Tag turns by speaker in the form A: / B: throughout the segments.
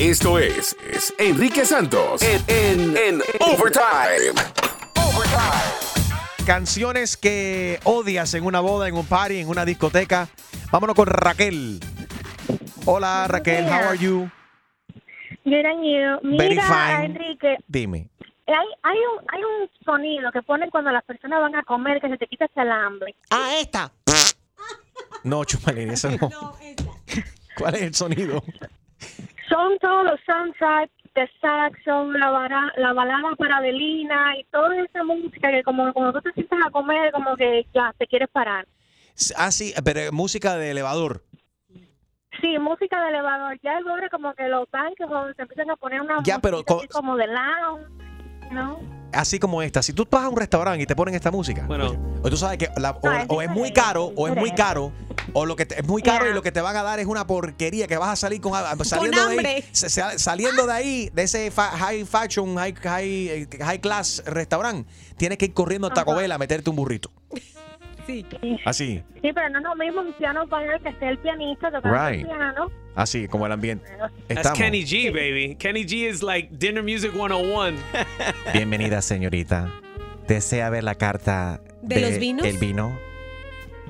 A: Esto es, es Enrique Santos en, en, en Overtime.
B: Canciones que odias en una boda, en un party, en una discoteca. Vámonos con Raquel. Hola Raquel, how are you?
C: Good on you.
B: Very
C: eh, Mira,
B: fine.
C: Enrique,
B: Dime.
C: hay, hay, un, hay un sonido que ponen cuando las personas van a comer que se te quita el hambre.
B: Ah, esta. No, Chumalín, eso no. ¿Cuál es el sonido?
C: Son todos los soundtracks de Saxon, la, bara- la balada para Adelina y toda esa música que como cuando tú te sientas a comer, como que ya te quieres parar.
B: Ah, sí, pero música de elevador.
C: Sí, música de elevador. Ya el pobre como que los tanques o se empiezan a poner una
B: Ya, pero
C: musiquita
B: co-
C: así como de lounge, ¿no?
B: Así como esta. Si tú vas a un restaurante y te ponen esta música,
D: Bueno.
B: oye, o tú sabes que la- o,
C: No, es
B: o es muy
C: diferente,
B: caro, o es muy
C: diferente.
B: caro, o lo que te- es muy caro y
C: Ya.
B: lo que te van a dar es una porquería que vas a salir con saliendo de ahí,
E: hambre.
B: sa- sa- saliendo de ahí de ese fa- high fashion, high, high, eh, high class restaurante, tienes que ir corriendo a Taco
C: Ajá.
B: Bell a meterte un burrito.
F: Sí.
B: Así,
C: Sí, pero no es lo mismo un piano para que sea el pianista tocando
B: Right.
C: el piano.
B: así como el ambiente.
D: That's
B: Estamos.
D: Kenny G, baby. Kenny G is like dinner music 101.
B: Bienvenida, señorita. ¿Desea ver la carta
G: ¿De los vinos?
B: el vino?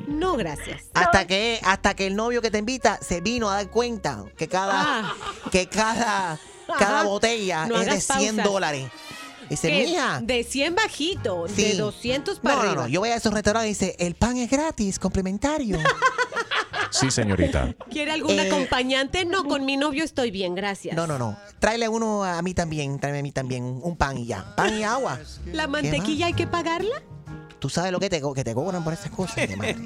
G: No, gracias.
H: Hasta que, hasta que el novio que te invita se vino a dar cuenta que cada,
G: Ah,
H: que cada, cada
G: Ajá.
H: botella
G: No
H: es de
G: hagas
H: 100
G: pausas.
H: dólares. Dice,
G: que
H: mija.
G: de 100 bajito, de
H: Sí.
G: 200 para
H: No, no,
G: arriba.
H: no. Yo voy a esos restaurantes y dice, el pan es gratis, complementario.
B: Sí, señorita.
G: ¿Quiere algún
H: Eh,
G: acompañante? No, con mi novio estoy bien, gracias.
H: No, no, no. Tráele uno a mí también, tráeme a mí también un, un pan y ya. Pan y agua.
G: ¿La mantequilla hay que pagarla?
H: Tú sabes lo que te, co- que te cobran por esas cosas. de madre.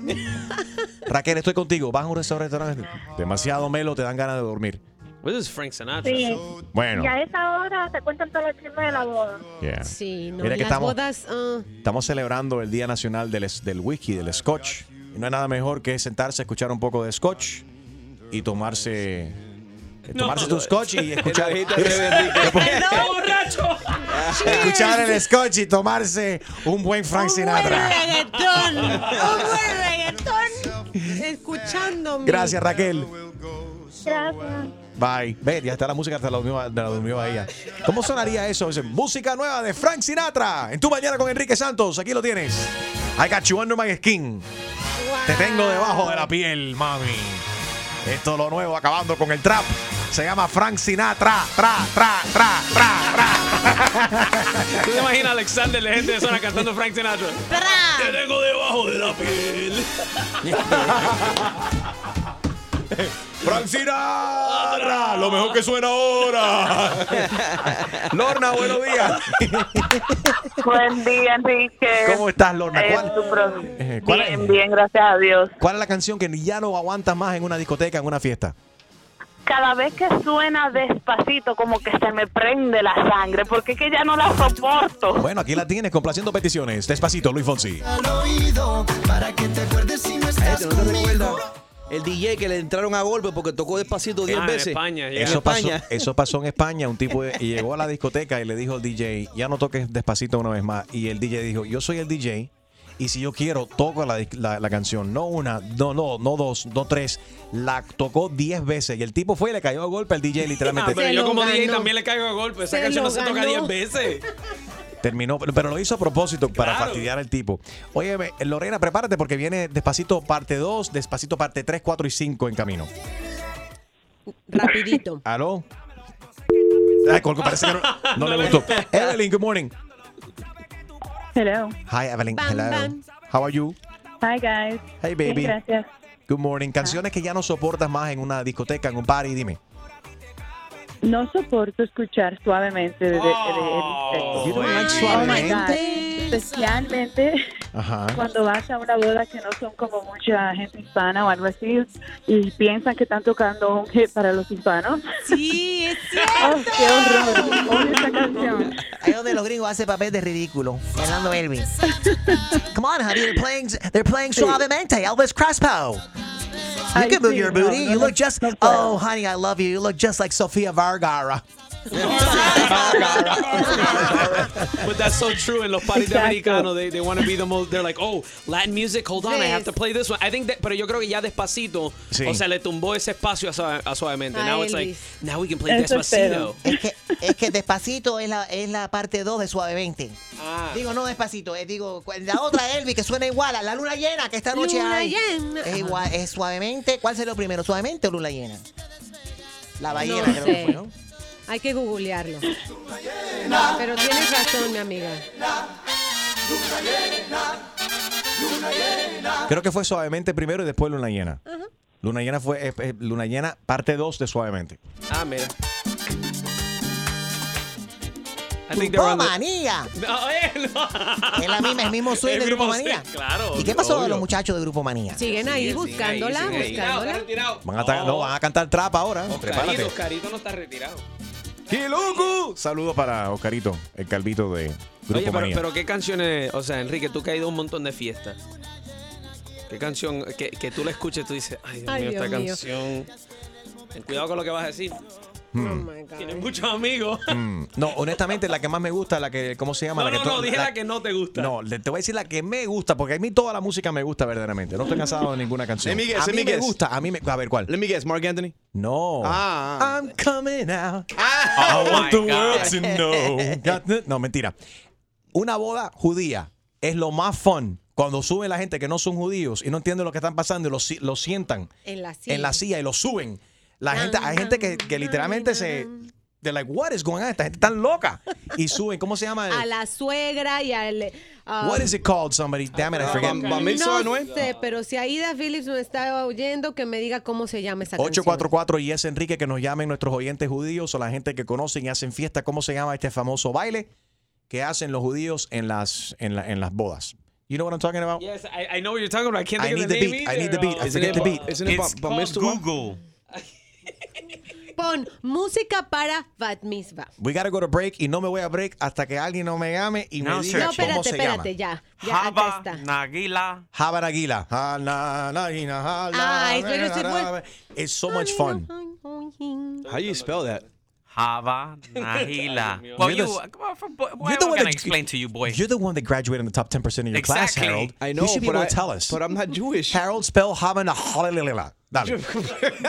B: Raquel, estoy contigo. Vas a un restaurante, demasiado melo, te dan ganas de dormir.
D: What is Frank Sinatra?
C: Sí.
B: Bueno,
C: Y a esa hora te cuentan todos los chismes de la boda.
B: yeah.
G: Sí, no.
B: Mira que
G: Las
B: estamos-
G: bodas. ah,
B: estamos celebrando el Día Nacional del, es- del Whisky, del Scotch. Y no hay nada mejor que sentarse, escuchar un poco de Scotch y tomarse... eh,
D: No.
B: Tomarse tu scotch y escuchar,
D: borracho!
B: escuchar el scotch y tomarse un buen Frank
G: un buen
B: Sinatra.
G: reggaetón. un buen reggaetón. Escuchándome.
B: Gracias, Raquel.
C: Gracias.
B: Bye. Ve, ya está la música, te la durmió, te la durmió a ella. ¿Cómo sonaría eso? Dice, música nueva de Frank Sinatra. En tu mañana con Enrique Santos. Aquí lo tienes. I got you under my skin. Te tengo debajo de la piel, mami. Esto es lo nuevo, acabando con el trap. Se llama Frank Sinatra. Tra, tra, tra, tra, tra.
D: ¿Tú te imaginas a Alexander, la gente de zona cantando Frank Sinatra? Te tengo debajo de la piel.
B: Frank Sinatra. Lo mejor que suena ahora. Lorna, buenos días.
I: Buen día, Enrique.
B: ¿Cómo estás, Lorna?
I: Eh,
B: ¿Cuál-
I: tu pro-
B: eh, cuál es-
I: bien, bien, gracias a Dios.
B: ¿Cuál es la canción que ya no aguantas más en una discoteca, en una fiesta?
I: Cada vez que suena despacito, como que se me prende la sangre, porque es que ya no la soporto.
B: Bueno, aquí la tienes, complaciendo peticiones. Despacito, Luis Fonsi.
J: Este, ¿no te recuerdas? El DJ que le entraron a golpe porque tocó despacito 10
D: Ah, en
J: veces.
D: España, ya.
J: En
B: Eso pasó,
J: España.
B: eso pasó en España. Un tipo de- y llegó a la discoteca y le dijo al DJ, ya no toques despacito una vez más. Y el DJ dijo, yo soy el DJ y si yo quiero, toco la, dis- la- la canción. No una, no, no, no dos, no tres. La tocó 10 veces. Y el tipo fue y le cayó a golpe al DJ
D: Ah,
B: literalmente.
D: pero
G: Se
D: yo
G: lo
D: como DJ
G: ganó.
D: también le caigo a golpe. Esa
G: Se
D: canción no
G: lo
D: se toca
G: ganó.
D: 10 veces.
B: Terminó, pero, pero lo hizo a propósito para
D: Claro.
B: fastidiar al tipo. Oye, Lorena, prepárate porque viene despacito parte 2, despacito parte 3, 4 y 5 en camino.
G: Rapidito.
B: ¿Aló? Ay, colgó, parece que no, no le gustó. Evelyn, good morning.
C: Hello.
B: Hi, Evelyn.
G: Bam,
B: Hello.
G: bam.
B: How are you?
C: Hi, guys.
B: Hey, baby.
C: gracias.
B: Good morning. Canciones que ya no soportas más en una discoteca, en un party, dime.
C: No soporto escuchar suavemente de, de- de- de-
D: Oh,
B: You don't
D: baby.
B: Oh, like
G: Ay,
B: suave,
G: oh my
B: ¿eh?
G: God.
E: especialmente
B: Ajá.
E: cuando vas a una boda que no son como mucha gente hispana o algo así y piensan que están tocando un hit para los hispanos.
G: Sí, es
E: cierto. Oh, qué horror. Odio esa canción.
H: Ahí donde los gringos hacen papel de ridículo. Bailando Elvis. Come on, honey. They're playing, they're playing suavemente. Elvis Crespo. You
E: Ay,
H: can move
E: sí,
H: your
E: no,
H: booty.
E: no,
H: you
E: no,
H: look just. oh, honey, I love you. You look just like Sofia Vergara.
D: But that's so true in los parties de
H: Exacto.
D: americano. They, they want to be the most. They're like, oh, Latin music. Hold on, I have to play this one. I think that, pero yo creo que ya despacito.
B: Sí.
D: O sea, le tumbó ese espacio a, suave- a suavemente.
H: A
D: now it's like,
H: Elvis.
D: now we can play
H: Eso
D: despacito.
H: Es que, es que despacito es la, es la parte 2 de Suavemente.
D: Ah.
H: Digo, no despacito, eh, digo, cu- la otra Elvis que suena igual a la luna llena que esta noche
G: Luna
H: hay.
G: llena.
H: Es igual, es suavemente. ¿Cuál será lo primero, suavemente o luna llena? La ballena,
G: No
H: creo
G: sé.
H: que fue, ¿no?
G: Hay que googlearlo. Pero tienes razón, mi amiga.
B: Creo que fue Suavemente primero y después Luna Llena. Luna Llena fue eh, eh, Luna Llena parte 2 de Suavemente.
D: Ah, mira. I think they're on the-
H: ¡Grupomanía!
D: No, eh, no.
H: Es la misma, el mismo swing
D: El
H: de
D: mismo
H: Grupo Manía.
D: swing, claro,
H: ¿Y qué pasó de
D: obvio.
H: los muchachos de Grupo Manía?
G: Siguen ahí buscándola,
D: siguen ahí.
G: buscándola.
B: Van a, ta- no,
H: ah,
B: van a cantar trap ahora. Prepárate.
D: Carito, Carito no está retirado.
B: ¡Kiluku! Saludos para Oscarito, el calvito de Grupo
D: Oye, pero,
B: Manía.
D: pero qué canciones, o sea, Enrique, tú que has ido a un montón de fiestas. ¿Qué canción que, que tú la escuches tú dices, ay, Dios
G: Ay,
D: mío, esta
G: Dios mío.
D: canción. Ten cuidado con lo que vas a decir.
G: Oh
B: Hmm.
D: Tienes muchos amigos.
B: Mm. No, honestamente, la que más me gusta, la que, ¿cómo se llama?
D: No,
B: la
D: no,
B: to-
D: no, dije la que no te gusta.
B: No, le- te voy a decir la que me gusta, porque a mí toda la música me gusta verdaderamente. No estoy cansado de ninguna canción.
J: Let me guess,
B: a
J: let
B: mí
J: me
B: me
J: guess.
B: gusta, a mí me... A ver, ¿cuál?
J: Let me guess, Mark Anthony.
B: No.
J: Ah.
B: I'm coming out.
J: Ah.
B: I want
J: Oh
B: the
J: my
B: world
J: God.
B: to know. Got the- No, mentira. Una boda judía es lo más fun cuando sube la gente que no son judíos y no entienden lo que están pasando y lo, si- lo sientan
G: En la silla.
B: en la silla y lo suben. La gente, hay gente que, que literalmente se. They're like, what is going on? Esta gente tan loca. Y suben, ¿cómo se llama?
G: A la suegra y al... ah,
B: What is it called, somebody? Damn it, I forget.
G: no sé, pero si Aida Phillips me está oyendo, que me diga cómo se llama esa canción.
B: 844 y es Enrique que nos llamen nuestros oyentes judíos o la gente que conocen y hacen fiesta. ¿Cómo se llama este famoso baile que hacen los judíos en las, en la- en las bodas? You know what I'm talking about?
D: Yes, I, I know what you're talking about. I can't
B: I
D: think
B: need
D: of
B: the
D: the,
B: beat. I
D: name either.
B: need the beat. I
D: Isn't
B: forget
D: it
B: the
D: ba-
B: beat.
D: isn't it ba- ba- Mr. Wa-
G: Pon música para Bat Mitzvah.
B: We gotta go to break y no me voy a break hasta que alguien no me llame y
G: No,
B: me diga cómo
G: espérate,
B: se
G: espérate,
B: llama.
G: ya. Ya, acá está.
D: Naguila.
B: Jaban Aguila. Ja, na, na, y na, ja, la,
G: Ay, pero
B: na,
G: eso es
B: na,
G: bueno.
B: na. It's so much fun.
J: How do you spell that?
K: Hava Nahila.
J: You're
K: well,
B: the
K: you,
B: s-
K: come on, from, boy, why
B: you're the
K: am I going
B: one
K: to
B: that-
K: explain to you, boy?
B: You're the one that graduated in the top 10% of your class,
K: Exactly.
B: Harold.
K: I
B: You
K: know,
B: should be
K: but
B: able
K: I-
B: to tell us. But
J: I'm not Jewish.
B: Harold, spell Jaban Aguila. Dale.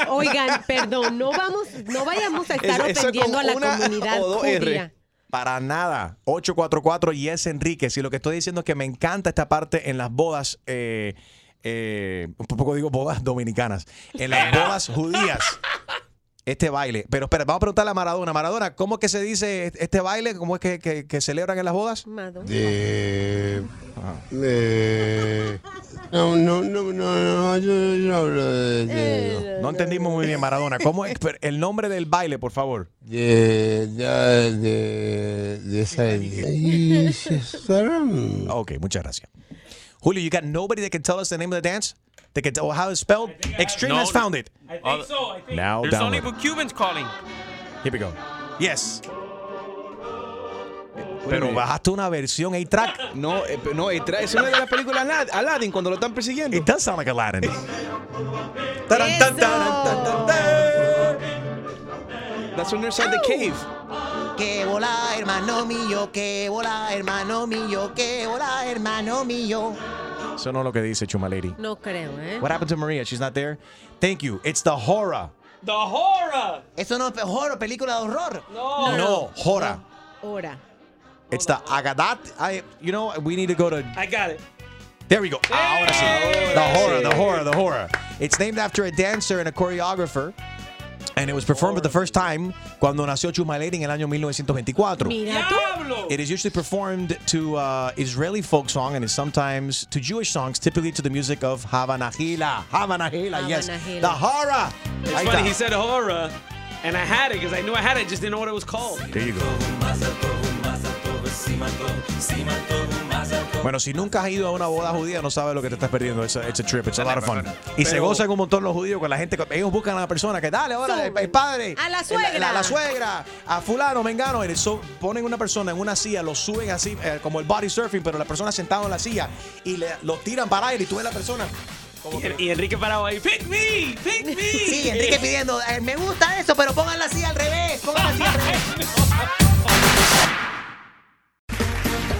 G: Oigan, perdón, no vamos, no vayamos a estar
B: Eso- eso
G: ofendiendo a
B: con
G: la
B: una
G: comunidad
B: o dos R.
G: judía.
B: Para nada. 844 Ah. y es Enrique. Si lo que estoy diciendo es que me encanta esta parte en las bodas, eh, eh, un poco digo bodas dominicanas, en las bodas judías. Este baile. Pero espera, vamos a preguntarle a Maradona. Maradona, ¿cómo es que se dice este baile? ¿Cómo es que, que- que celebran en las bodas?
L: de, de- Eh, no, no, no, no, no, yo yo no hablo de, de-
B: No entendimos muy bien, Maradona. ¿Cómo es Pero el nombre del baile, por favor?
L: de, de, de, de esa y se estarán.
B: Ah, Ok, muchas gracias. Julio, you got nobody that can tell us the name of the dance? That can tell how it's spelled? Extreme has found it.
K: I think so. I think.
B: Now
K: There's only
B: download.
K: Cubans calling.
B: Here we go. Yes. Pero bajaste una versión A-Track.
J: No, eh, pe- no, eh, tra- es una de las películas Alad- Aladdin cuando lo están persiguiendo.
B: It does sound like Aladdin.
J: Taran, tan, taran, tan, tan, tan. That's when they're inside the cave.
H: Que volá, hermano mío, que volá, hermano mío, que volá, hermano mío.
B: Eso no es lo que dice Chuma Lady.
G: No creo, ¿eh?
B: What happened to Maria? She's not there. Thank you. It's the horror.
D: The horror.
H: Eso no es pe- horror, película de horror.
D: No.
B: No, horror.
G: Hora.
B: It's the agadat. I, you know, we need to go to
D: I got it.
B: There we go. Ah, Ahora sí. The horror, the horror, the horror. It's named after a dancer and a choreographer. And it was performed for the first time cuando nació Chuma Lady en el año 1924.
G: Mira tú.
B: It is usually performed to uh, Israeli folk song and is sometimes to Jewish songs, typically to the music of Havanahila. Havanahila, yes.
D: Havanahila.
B: The horror.
D: It's
B: Ahí
D: funny,
B: está.
D: he said horror, and I had it because I knew I had it, just didn't know what it was called.
B: There you go.
D: Maza
B: Bueno, si nunca has ido a una boda judía, no sabes lo que te estás perdiendo. It's a, it's a trip, it's a lot of fun. Y se
M: Pero-
B: gozan un montón los judíos con la gente. Ellos buscan a la persona que, dale, ahora, el, el padre.
N: A la
B: el-
N: suegra.
B: la, la suegra, a fulano, mengano. Y so- ponen una persona en una silla, lo suben así, eh, como el body surfing, pero la persona sentada en la silla y le, lo tiran para aire y tú ves la persona.
D: Y, y Enrique parado ahí, pick me, pick me.
O: Sí, Enrique pidiendo, eh, me gusta eso, pero pónganla así al revés, pónganla así al revés.